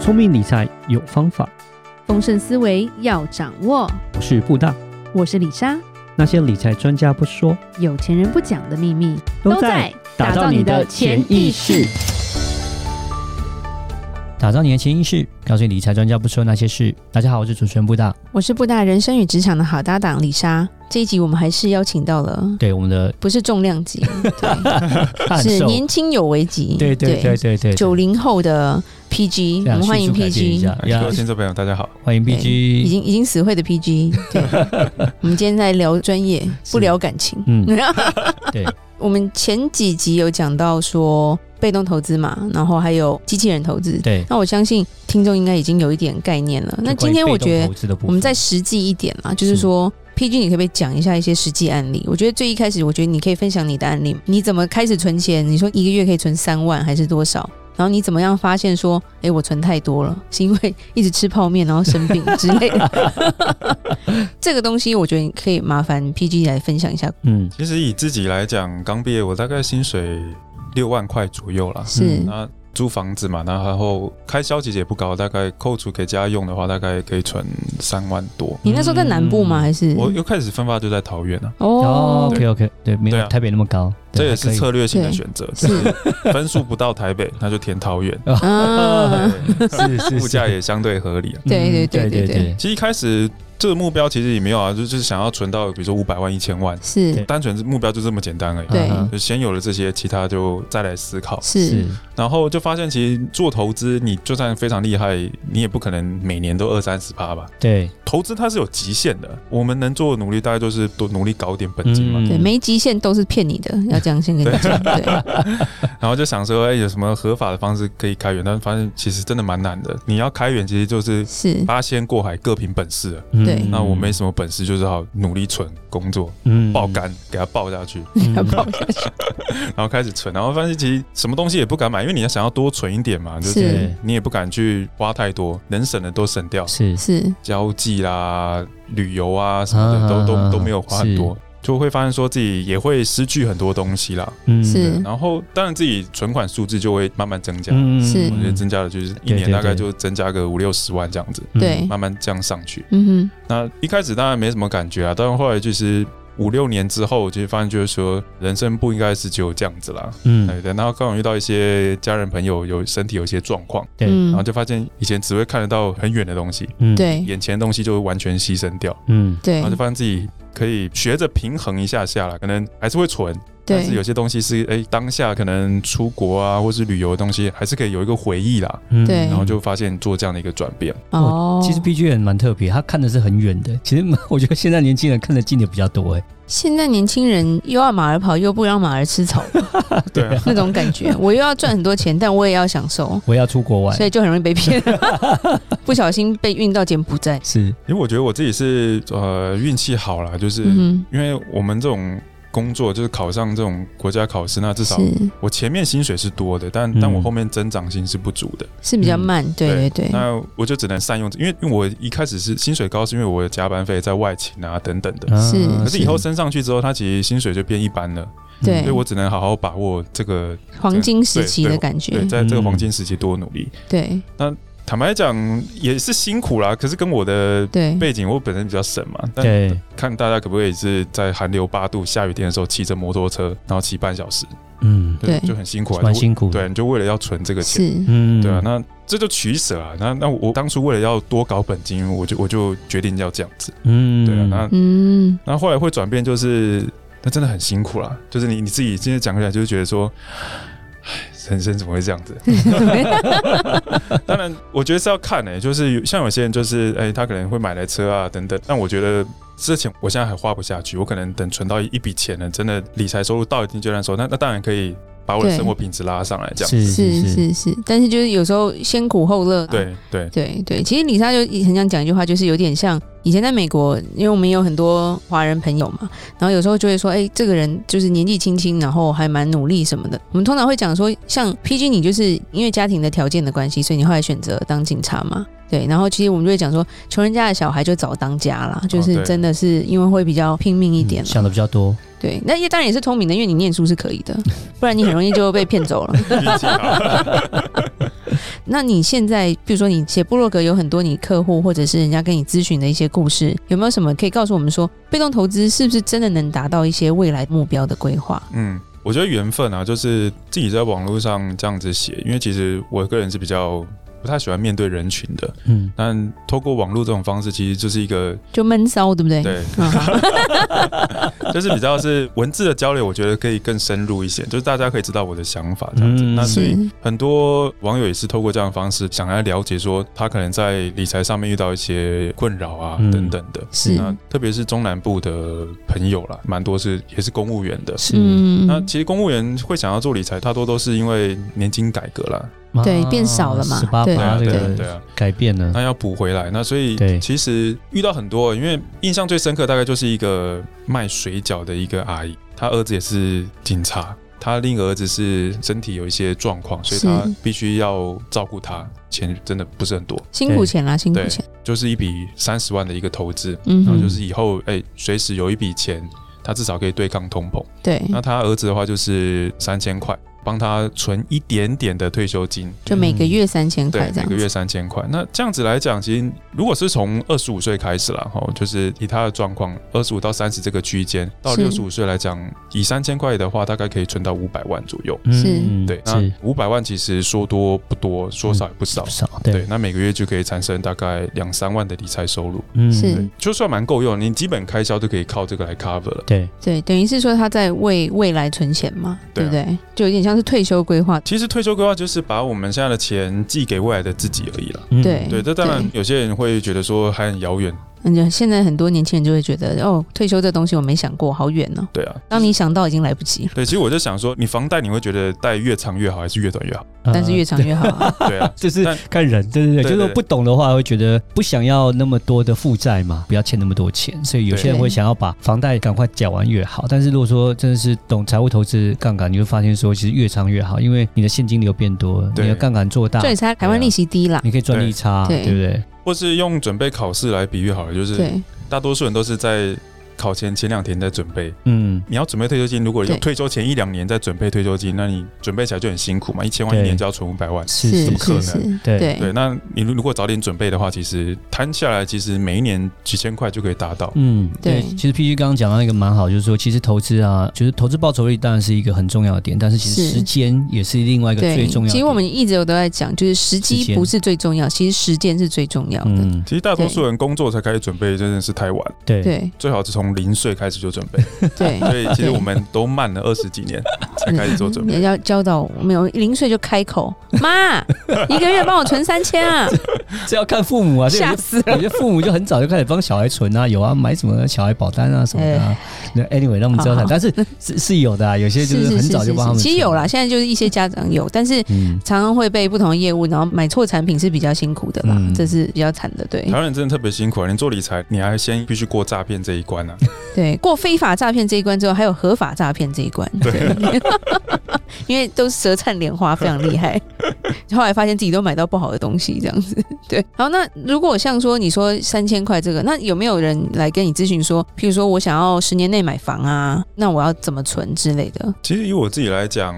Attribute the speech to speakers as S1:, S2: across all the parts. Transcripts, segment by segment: S1: 聪明理财有方法，
S2: 丰盛思维要掌握。
S1: 我是布大。
S2: 我是李莎，
S1: 那些理财专家不说，
S2: 有钱人不讲的秘密
S1: 打造你的潜意识。。打造你的潜意识，告诉你理财专家不说那些事。大家好，我是主持人布大。
S2: 我是布大人生与职场的好搭档李莎。这一集我们还是邀请到了，
S1: 对我们的
S2: 不是重量 级，
S1: 他很
S2: 是
S1: 瘦，
S2: 年轻有为级。
S1: 对对对对对，
S2: 九零后的
S1: 这
S2: PG，我
S1: 样
S2: 们欢迎
S1: 迅速改变一
S2: PG，
S1: 下
S3: 哎各
S1: 呀
S3: 位，听众朋友，大家好。
S1: 欢迎
S2: 对已
S1: BG。
S2: 经已经死会的 PG。对， 我们今天在聊专业，
S1: 是
S2: 不聊感情。
S1: 嗯， 对，
S2: 我们前几集有讲到说被动投资嘛，然后还有机器人投资。
S1: 对。
S2: 那我相信听众应该已经有一点概念了。那
S1: 就关
S2: 今
S1: 于
S2: 天我
S1: 被动
S2: 觉得
S1: 投资的部分嗯
S2: 我们再实际一点啦，就是
S1: 是
S2: 说。PG，你可不可以讲一下一些实际案例？我觉得最一开始，我觉得你可以分享你的案例，你怎么开始存钱？你说一个月可以存三万还是多少？然后你怎么样发现说，哎、我存太多了，是因为一直吃泡面然后生病之 类的？这个东西我觉得你可以麻烦 PG 来分享一下。
S1: 嗯
S3: 其实以自己来讲，刚毕业，我大概薪水六万块左右啦。
S2: 是
S1: 嗯
S3: 那租房子嘛，然后开销其实也不高，大概扣除给家用的话，大概可以存三万多。
S2: 你那时候在南部吗？还是
S3: 嗯
S1: 嗯
S3: 我又开始分发就在桃园啊，
S1: 哦
S2: 哦
S1: ，OK OK，对，没
S3: 对
S1: 有
S3: 啊
S1: 台北那么高，
S3: 这
S1: 对
S3: 也
S1: 还
S3: 是
S1: 可以
S3: 策略性的选择，
S2: 是
S3: 就是分数不到台北，那就填 桃园，
S2: 啊，
S3: 对
S1: 是是 嗯
S3: 物价也相对合理啊。
S2: 对对对对对
S3: 其实一开始这个目标其实也没有啊，就就是想要存到比如说五百万、一千万，
S2: 是
S1: 对
S3: 单纯是目标就这么简单而已。
S2: 对
S1: 嗯
S3: 就先有了这些，其他就再来思考。
S2: 是
S1: 是
S3: 然后就发现，其实做投资，你就算非常厉害，你也不可能每年都二三十趴吧。
S1: 对，
S3: 投资它是有极限的，我们能做的努力大概就是多努力搞点本金嘛。
S1: 嗯
S2: 对，没极限都是骗你的，要这样先跟你讲。对，
S3: 然后就想说，哎，有什么合法的方式可以开源？但发现其实真的蛮难的。你要开源，其实就是
S2: 是
S3: 八仙过海，各凭本事了。
S1: 嗯
S2: 对
S3: 那我没什么本事，就是好努力存工作，
S1: 嗯
S3: 爆肝给它爆下去，
S1: 嗯
S2: 要抱下去。
S3: 然后开始存，然后发现其实什么东西也不敢买，因为你要想要多存一点嘛，就是
S1: 是
S3: 你也不敢去花太多，能省的都省掉。
S1: 是
S2: 是
S3: 交际啦、旅游啊什么
S1: 啊
S3: 的，都都都没有花很多
S1: 是，
S3: 就会发现说自己也会失去很多东西啦。
S1: 嗯
S2: 是
S3: 然后当然自己存款数字就会慢慢增加，
S1: 嗯
S2: 是
S3: 我觉得增加了就是一
S1: 对对
S3: 年
S1: 对
S3: 大概就增加个五六十万这样
S1: 嗯
S3: 子，
S2: 对
S3: 慢慢这样上去。
S2: 嗯
S3: 那一开始当然没什么感觉啊，但后来就是。五六年之后，就发现就是说，人生不应该是只有这样子啦。
S1: 嗯
S3: 对对，然后刚好遇到一些家人朋友有身体有一些状况，
S2: 哼，
S1: 对
S3: 然后
S2: 嗯，
S3: 就发现以前只会看得到很远的东西，
S1: 嗯
S2: 对
S3: 眼前的东西就完全牺牲掉。
S1: 嗯
S2: 对
S3: 然后就发现自己可以学着平衡一下下啦，可能还是会存，但是有
S2: 对哦
S3: 些东西是哎、当下可能出国啊，或是旅游的东西，还是可以有一个回忆啦。
S1: 嗯
S2: 对
S3: 然后就发现做这样的一个转变，
S2: 哦，
S1: 其实 B G 人蛮特别，他看的是很远的。其实 我觉得现在年轻人看的近的比较多哎。
S2: 现在年轻人又要马儿跑，又不让马儿吃草，
S3: 对啊，
S2: 那种感觉。我又要赚很多钱，但我也要享受，
S1: 我要出国玩
S2: 所，以就很容易被 骗，不小心被运到柬埔寨。
S1: 是
S3: 因为我觉得我自己是呃运气好啦，就是
S2: 嗯
S3: 因为我们这种。工作就是考上这种国家考试，那至
S2: 哼，
S3: 少
S2: 是
S3: 我前面薪水是多的，但
S1: 嗯
S3: 但我后面增长性是不足的。
S2: 是比较慢，对对对，
S3: 嗯那我就只能善用，因为因为我一开始是薪水高，是因为我的加班费在外勤啊等等的。
S2: 是
S1: 啊
S3: 可是以后升上去之后，他其实薪水就变一般了，
S2: 对
S3: 所以嗯我只能好好把握这个
S2: 黄金时期的感
S3: 对，
S2: 觉，
S3: 在这个黄金时期多努力。
S2: 对
S3: 坦白讲也是辛苦啦，可是跟我的
S2: 对
S3: 背景，我本身比较省嘛，但
S1: 对
S3: 看大家可不可以是在寒流八度、下雨天的时候骑着摩托车，然后骑半小时，
S1: 嗯
S3: 就
S2: 对
S3: 就很辛苦啊，
S1: 蛮
S3: 就
S1: 辛苦的
S3: 对，你就为了要存这个钱，
S2: 是，
S1: 嗯
S3: 对啊，那这就取舍啊。那那我当初为了要多搞本金，我就我就决定要这样子，
S1: 嗯
S3: 对啊，那
S2: 嗯，
S3: 那后来会转变，就是那真的很辛苦啦，就是你你自己今天讲起来，就是觉得说，唉，人生怎么会这样子？当然，我觉得是要看诶、就是有像有些人就是哎、他可能会买台车啊等等，但我觉得。这钱我现在还花不下去，我可能等存到一一笔钱了，真的理财收入到一定阶段的时候，那那当然可以把我的
S2: 对
S3: 生活品质拉上来，这样
S1: 是
S2: 是啊
S1: 是
S2: 是是，但是就是有时候先苦后乐，
S3: 对对
S2: 对对，其实李莎就很想讲一句话，就是有点像以前在美国，因为我们有很多华人朋友嘛，然后有时候就会说，哎，这个人就是年纪轻轻，然后还蛮努力什么的。我们通常会讲说，像 PG 你就是因为家庭的条件的关系，所以你后来选择当警察嘛。对，然后其实我们就会讲说，穷人家的小孩就早当家啦，就
S3: 哦
S2: 是
S3: 对
S2: 真的是因为会比较拼命一点
S1: 嗯
S2: 啦。
S1: 想的比较多，
S2: 对，那也当然也是聪
S3: 啊
S2: 明的，因为你念书是可以的，不然你很容易就被骗走了。
S3: 运气好
S2: 那你现在，比如说你写部落格，有很多你客户或者是人家跟你咨询的一些故事，有没有什么可以告诉我们说，被动投资是不是真的能达到一些未来目标的规划？
S3: 嗯，我觉得缘分啊，就是自己在网络上这样子写，因为其实我个人是比较不太喜欢面对人群的，
S1: 嗯，
S3: 但透过网络这种方式，其实就是一个
S2: 就闷骚，对不对？
S3: 对，
S2: 嗯好
S3: 就是比较是文字的交流，我觉得可以更深入一些，就是大家可以知道我的想法这样子。
S1: 嗯
S3: 那所以
S2: 是
S3: 很多网友也是透过这样的方式，想来了解说他可能在理财上面遇到一些困扰啊、
S1: 嗯
S3: 等等的。
S2: 是
S3: 那特别是中南部的朋友啦，蛮多是也是公务员的。
S1: 是
S2: 嗯，
S3: 那其实公务员会想要做理财，大多都是因为年金改革啦，
S2: 对变少了嘛
S1: 十八
S2: 对
S3: 啊，
S1: 趴这
S3: 对啊，对
S1: 个
S3: 啊，
S1: 改变了，
S3: 那要补回来。那所以
S1: 对
S3: 其实遇到很多，因为印象最深刻大概就是一个卖水饺的一个阿姨，她儿子也是警察，她另一个儿子是身体有一些状况，所以
S2: 是
S3: 她必须要照顾他，钱真的不是很多，
S2: 辛苦钱啦，辛苦
S3: 对
S2: 钱，
S3: 就是一笔三十万的一个投资，
S2: 嗯
S3: 然后
S2: 哼，
S3: 就是以后哎随、时有一笔钱，她至少可以对抗通膨。
S2: 对，
S3: 那她儿子的话就是三千块，帮他存一点点的退休金，
S2: 就每个月三千
S3: 对
S2: 块，这
S3: 每
S2: 样
S3: 个月
S2: 子，
S3: 三千块。那这样子来讲，其实如果是从二十五岁开始啦，哈，就是以他的状况，二十五到三十这个区间，到
S2: 是
S3: 六十五岁来讲，以三千块的话，大概可以存到五百万左右。
S1: 嗯
S2: 是
S1: 嗯
S3: 对，那
S1: 是
S3: 五百万其实说多不多，说少也不少。
S1: 不少，
S3: 对
S1: 嗯对，，
S3: 那每个月就可以产生大概两三万的理财收入，
S1: 嗯
S2: 是
S3: 就算蛮够用，你基本开销都可以靠这个来 cover 了。
S1: 对，
S2: 对，等于是说他在为未来存钱嘛，
S3: 对
S2: 对
S3: 啊
S2: 不对？就有点像是退休规划，
S3: 其实退休规划就是把我们现在的钱寄给未来的自己而已啦。
S1: 嗯
S2: 对
S3: 对，这当然有些人会觉得说还很遥远，
S2: 嗯，就现在很多年轻人就会觉得，哦，退休这东西我没想过，好远哦。
S3: 对啊。
S2: 当你想到已经来不及
S1: 呃
S2: 了，
S3: 对，其实我就想说，你房贷你会觉得贷越长越好，还是越短越好？
S1: 呃
S2: 但是越长越好 啊。
S3: 对啊，
S1: 就是
S3: 但
S1: 看人，对对对，
S3: 对
S1: 就是我
S3: 对
S1: 不懂的话，会觉得不想要那么多的负债嘛，不要欠那么多钱，所以有些人
S2: 对
S1: 会想要把房贷赶快缴完越好。但是如果说真的是懂财务投资杠杆，你会发现说其实越长越好，因为你的现金流变多，
S3: 对
S1: 你的杠杆做大
S2: 这，也才台湾利息 低啦，
S1: 你可以赚利差，对
S2: 对
S1: 不对？
S3: 或是用准备考试来比喻好了，就是
S1: 啊
S2: 对，
S3: 大多数人都是在考前前两天在准备。
S1: 嗯，
S3: 你要准备退休金，如果有
S2: 对
S3: 退休前一两年在准备退休金，那你准备起来就很辛苦嘛，一千万
S1: 对
S3: 一年就要存五百万。
S1: 是
S2: 是
S1: 是
S3: 可
S2: 是
S3: 能
S2: 是，
S1: 对
S3: 对，那你如果早点准备的话，其实摊下来，其实每一年几千块就可以达到。
S1: 嗯，
S2: 对
S1: 其实 PG 刚刚讲到一个蛮好，就是说，其实投资啊，就是投资报酬率当然是一个很重要的点，但是其实
S2: 是
S1: 时间也是另外一个
S2: 对
S1: 最重要的点。
S2: 其实我们一直有都在讲，就是时
S1: 时间
S2: 机不是最重要，其实时间是最重要的。
S1: 嗯，
S3: 其实大多数人工作才开始准备，真的是太晚，
S1: 对，
S2: 对
S3: 最好是从零岁开始就准备。
S2: 对，
S3: 所以其实我们都慢了 二十几年才开始做准备。
S2: 也嗯要教导我们有零岁就开口，妈， 一个月帮我存三千啊，
S1: 这要看父母啊，这有
S2: 吓
S1: 些
S2: 死了。
S1: 有些父母就很早就开始帮小孩存啊，有啊，买什么小孩保单啊什么的、 啊。那 anyway，让我们知道一下
S2: 好好
S1: 但是是是有 的啊，有些就是很早就帮他们存。啊
S2: 其实有啦，，现在就是一些家长有，但是
S1: 嗯，
S2: 常常会被不同的业务，然后买错产品是比较辛苦的啦，
S1: 嗯
S2: 这是比较惨的。对
S3: 台湾人真的特别辛苦啊！你做理财，你还先必须过诈骗这一 关啊。
S2: 对，过非法诈骗这一关之后，还有合法诈骗这一关，对， 因为都是舌灿莲花，非常厉害。后来发现自己都买到不好的东西，这样子。对，好，那如果像说你说三千块这个，那有没有人来跟你咨询说，譬如说我想要十年内买房啊，那我要怎么存之类的？
S3: 其实以我自己来讲，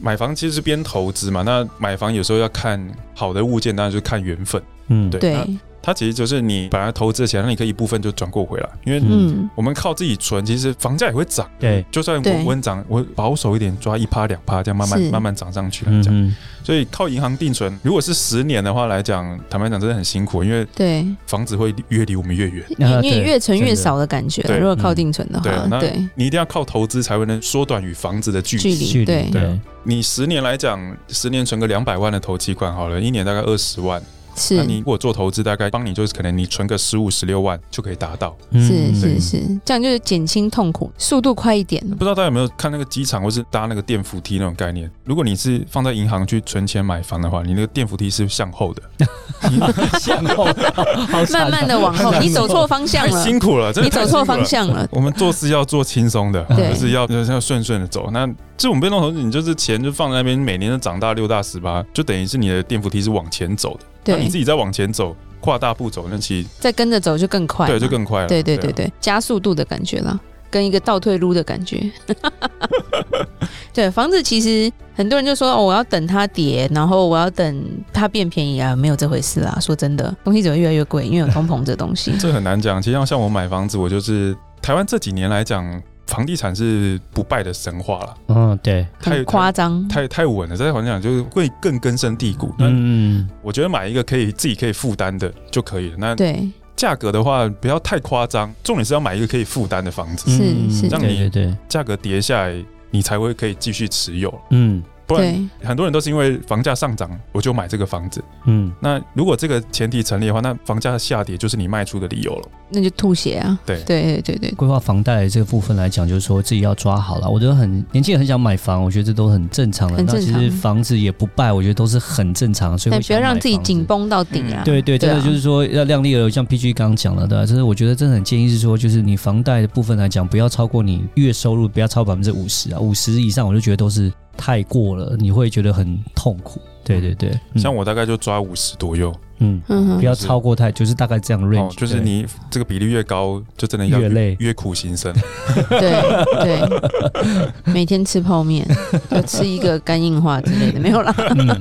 S3: 买房其实是边投资嘛。那买房有时候要看好的物件，当然就是看缘分。
S1: 嗯，
S3: 对，
S2: 对，
S3: 那它其实就是你本来投资的钱，那你可以一部分就转过回来，因为
S2: 嗯，
S3: 我们靠自己存，其实房价也会涨。
S1: 对，
S3: 就算我
S2: 对
S3: 温涨，我保守一点，抓一趴两趴，这样慢慢
S2: 是
S3: 慢慢涨上去来
S1: 嗯
S3: 讲。
S1: 嗯，
S3: 所以靠银行定存，如果是十年的话来讲，坦白讲真的很辛苦，因为
S2: 对，
S3: 房子会越离我们越远。
S2: 因
S1: 啊
S2: 为
S1: 对
S2: 越存
S1: 真
S2: 越
S1: 的
S2: 少的感觉
S3: 对，
S2: 如果靠
S1: 嗯
S2: 定存的
S3: 对啊
S2: 话，
S3: 那
S2: 对。
S3: 你一定要靠投资才会能缩短与房子的距
S2: 距
S3: 离。
S2: 离
S1: 距离
S2: 对
S1: 对，
S3: 你十年来讲，十年存个两百万的投期款好了，一年大概二十万。那
S2: 是
S3: 你如果做投资，大概帮你就是可能你存个十五、十六万就可以达到。
S2: 是
S1: 嗯
S2: 是，是，这样就是减轻痛苦，速度快一 点。
S3: 不知道大家有没有看那个机场或是搭那个电扶梯那种概念？如果你是放在银行去存钱买房的话，你那个电扶梯是向后的，
S1: 向后，好惨啊
S2: 慢慢的往 后，你走错方向
S3: 太
S2: 了，
S3: 辛苦了，真
S2: 你
S3: 的太
S2: 走
S3: 辛
S2: 错
S3: 苦了
S2: 方。向了。
S3: 我们做事要做轻松的，
S2: 对
S3: 就是要就是要顺顺的走。那这种被动投资，你就是钱就放在那边，每年都长大六大十八，就等于是你的电扶梯是往前走的。那你
S2: 对
S3: 自，己再往前走，跨大步走，那其实
S2: 再跟着走就更快嘛，
S3: 对就更快了。
S2: 对对
S3: 啊。
S2: 对对，加速度的感觉啦。跟一个倒退撸的感觉。 对，房子其实很多人就说哦，我要等它跌，然后我要等它变便宜啊，没有这回事啦。说真的，东西只会越来越贵，因为有通膨这东西
S3: 这很难讲。其实像像我买房子，我就是台湾这几年来讲，房地产是不败的神话了，
S1: 嗯，对，
S3: 太
S2: 很夸张，
S3: 太太稳了，在环境讲就是会更根深蒂固。那
S1: 嗯，
S3: 我觉得买一个可以自己可以负担的就可以了。那
S2: 对，
S3: 价格的话不要太夸张，重点是要买一个可以负担的房子，
S2: 是
S1: 嗯
S2: 是
S1: 对对对，
S3: 价格跌下来你才会可以继续持有。
S1: 嗯
S3: 不然
S2: 对，
S3: 很多人都是因为房价上涨我就买这个房子。
S1: 嗯，
S3: 那如果这个前提成立的话，那房价的下跌就是你卖出的理由了。
S2: 那就吐血啊。
S3: 对
S2: 对对对对
S1: 规划房贷这个部分来讲，就是说自己要抓好了。我觉得很年轻人很想买房，我觉得这都很正常的。
S2: 很
S1: 那
S2: 正
S1: 其
S2: 常
S1: 实房子也不败，我觉得都是很正常的，所以
S2: 但
S1: 我
S2: 不要
S1: 想
S2: 让
S1: 买
S2: 自己
S1: 房子
S2: 紧绷到顶啊。
S3: 嗯
S1: 对对，真
S2: 对
S1: 的
S2: 啊
S1: 就是说要量力而为，像 PG 刚刚讲了，对吧、就是我觉得真的很建议是说，就是你房贷的部分来讲，不要超过你月收入不要超百分之五十啊，五十以上我就觉得都是太过了，你会觉得很痛苦。对对对，嗯
S3: 像我大概就抓五十左右，
S1: 嗯，
S2: 嗯哼
S1: 不要超过太，就是大概这样 range，、
S3: 哦，就是
S1: 对
S3: 你这个比例越高，就真的要
S1: 越累
S3: 越苦 行僧。
S2: 对对，每天吃泡 面，就吃一个肝硬化之类的，没有啦。
S1: 嗯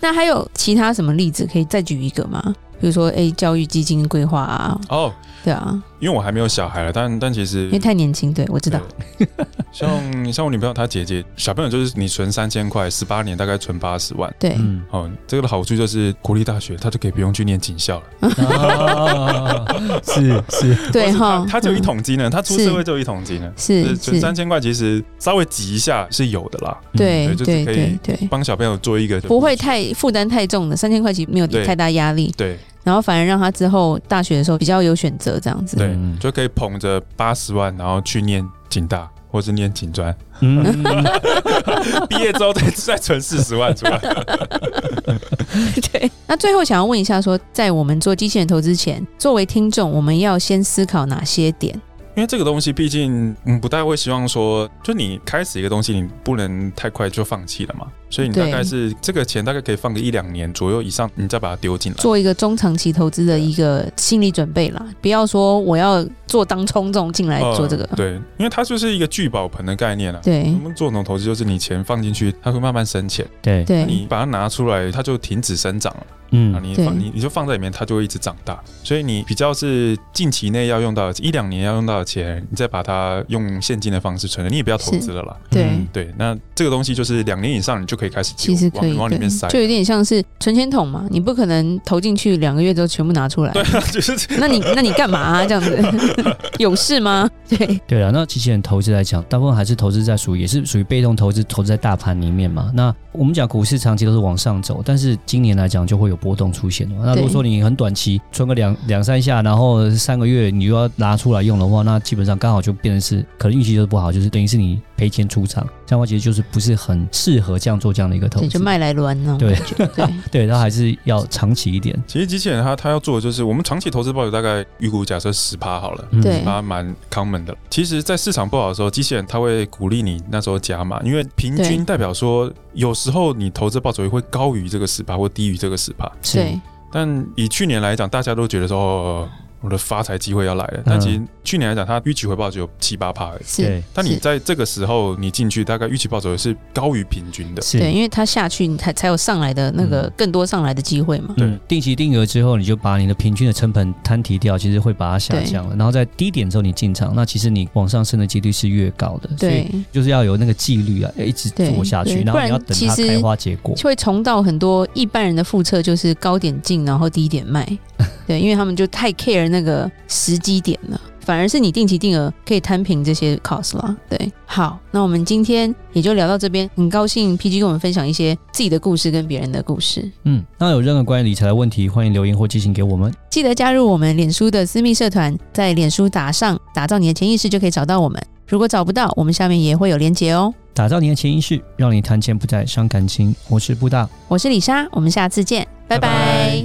S2: 那还有其他什么例子可以再举一个吗？比如说，哎、教育基金规划啊，
S3: 哦，
S2: 对啊，
S3: 因为我还没有小孩了，啊但但其实
S2: 因为太年轻，对我知道，
S3: 对像像我女朋友她姐姐小朋友就是你存三千块，十八年大概存八十万。，
S2: 对，
S1: 嗯
S3: 哦，这个的好处就是国立大学，她就可以不用去念警校了。
S1: 啊是是，
S2: 对哈，
S3: 她只有一桶金呢，她出
S2: 哦是
S3: 社会就有一桶金呢。就是
S2: 是
S3: 存
S2: 是，
S3: 三千块，其实稍微挤一下是有的啦，
S2: 对
S3: 嗯对就是
S2: 对
S3: 可以
S2: 对对，
S3: 帮小朋友做一个
S2: 不会太负担太重的，三千块其实没有
S3: 对
S2: 太大压力，
S3: 对
S2: 然后反而让他之后大学的时候比较有选择，这样子。
S3: 对
S1: 嗯，
S3: 就可以捧着八十万，然后去念警大或是念警专，
S1: 嗯嗯嗯
S3: 毕业之后再再存四十万出来。
S2: 对，那最后想要问一下说在我们做机器人投资前，作为听众，我们要先思考哪些点？
S3: 因为这个东西，毕竟嗯，不太会希望说，就你开始一个东西，你不能太快就放弃了嘛。所以你大
S2: 对
S3: 概是这个钱大概可以放个一两年左右以上，你再把它丢进来。
S2: 做一个中长期投资的一个心理准备啦，不要说我要做当冲这种进来
S3: 呃
S2: 做这个，
S3: 对，因为它就是一个聚宝盆的概念了、啊。
S2: 对
S3: 我们做那种投资，就是你钱放进去，它会慢慢生钱；
S1: 对，
S2: 对
S3: 你把它拿出来，它就停止生长了。啊，
S1: 嗯
S3: 你
S2: 对
S3: 放你你就放在里面，它就会一直长大。所以你比较是近期内要用到的，一两年要用到的钱，你再把它用现金的方式存着，你也不要投资了啦。
S2: 对，
S3: 对，那这个东西就是两年以上，你就可以开始
S2: 其实可以
S3: 嗯往往里面塞
S2: 对，，就有点像是存钱筒嘛，你不可能投进去两个月之后全部拿出来，
S3: 对啊，就是
S2: 那你那你干嘛、啊、这 样子？有事吗？对
S1: 对啊，那机器人投资来讲，大部分还是投资在属于也是属于被动投资，投资在大盘里面嘛。那我们讲股市长期都是往上走，但是今年来讲就会有波动出现了。那如果
S2: 对
S1: 说你很短期存个两两三下，然后三个月你又要拿出来用的话，那基本上刚好就变成是可能运气就是不好，就是等于是你赔钱出场，这样的话其实就是不是很适合这样做这样的一个投
S2: 对，
S1: 资
S2: 就。卖来乱那种
S1: 对
S2: 感觉，对
S1: 对，它还是要长期一点。
S3: 其实机器人它它要做的就是，我们长期投资报酬大概预估假设十趴好了。
S1: 嗯
S2: 对
S3: 它蛮 common 的。其实，在市场不好的时候，机器人它会鼓励你那时候加码，因为平均
S2: 对
S3: 代表说，有时候你投资报酬率会高于这个十趴或低于这个十趴。
S1: 是
S2: 对
S3: 但以去年来讲，大家都觉得说、哦、我的发财机会要来
S2: 嗯
S3: 了。但其实去年来讲，它预期回报只有七八趴而已。
S2: 是
S1: 对，
S3: 但你
S2: 是
S3: 在这个时候你进去，大概预期报酬是高于平均的。
S1: 是
S2: 对，因为它下去你才才有上来的那个
S1: 嗯
S2: 更多上来的机会嘛，
S3: 对
S1: 嗯，定期定额之后，你就把你的平均的成本摊提掉，其实会把它下降了。然后在低点之后你进场，那其实你往上升的几率是越高的。所以
S2: 对。
S1: 就是要有那个纪律啊，要一直
S2: 对
S1: 做下去，
S2: 对
S1: 然
S2: 不
S1: 后
S2: 然
S1: 你要等它
S2: 其实
S1: 开花结果。
S2: 就会重蹈很多一般人的覆辙，就是高点进，然后低点 卖。对，因为他们就太 care 那个时机点了，反而是你定期定额可以摊平这些 cost 啦。对，好，那我们今天也就聊到这边，很高兴 PG 跟我们分享一些自己的故事跟别人的故事。
S1: 嗯，那有任何关于理财的问题，欢迎留言或寄信给我们。
S2: 记得加入我们脸书的私密社团，在脸书打上“打造你的潜意识”就可以找到我们。如果找不到，我们下面也会有连结哦。
S1: 打造你的潜意识，让你谈钱不再伤感情。我是布大，
S2: 我是李莎，我们下次见，拜拜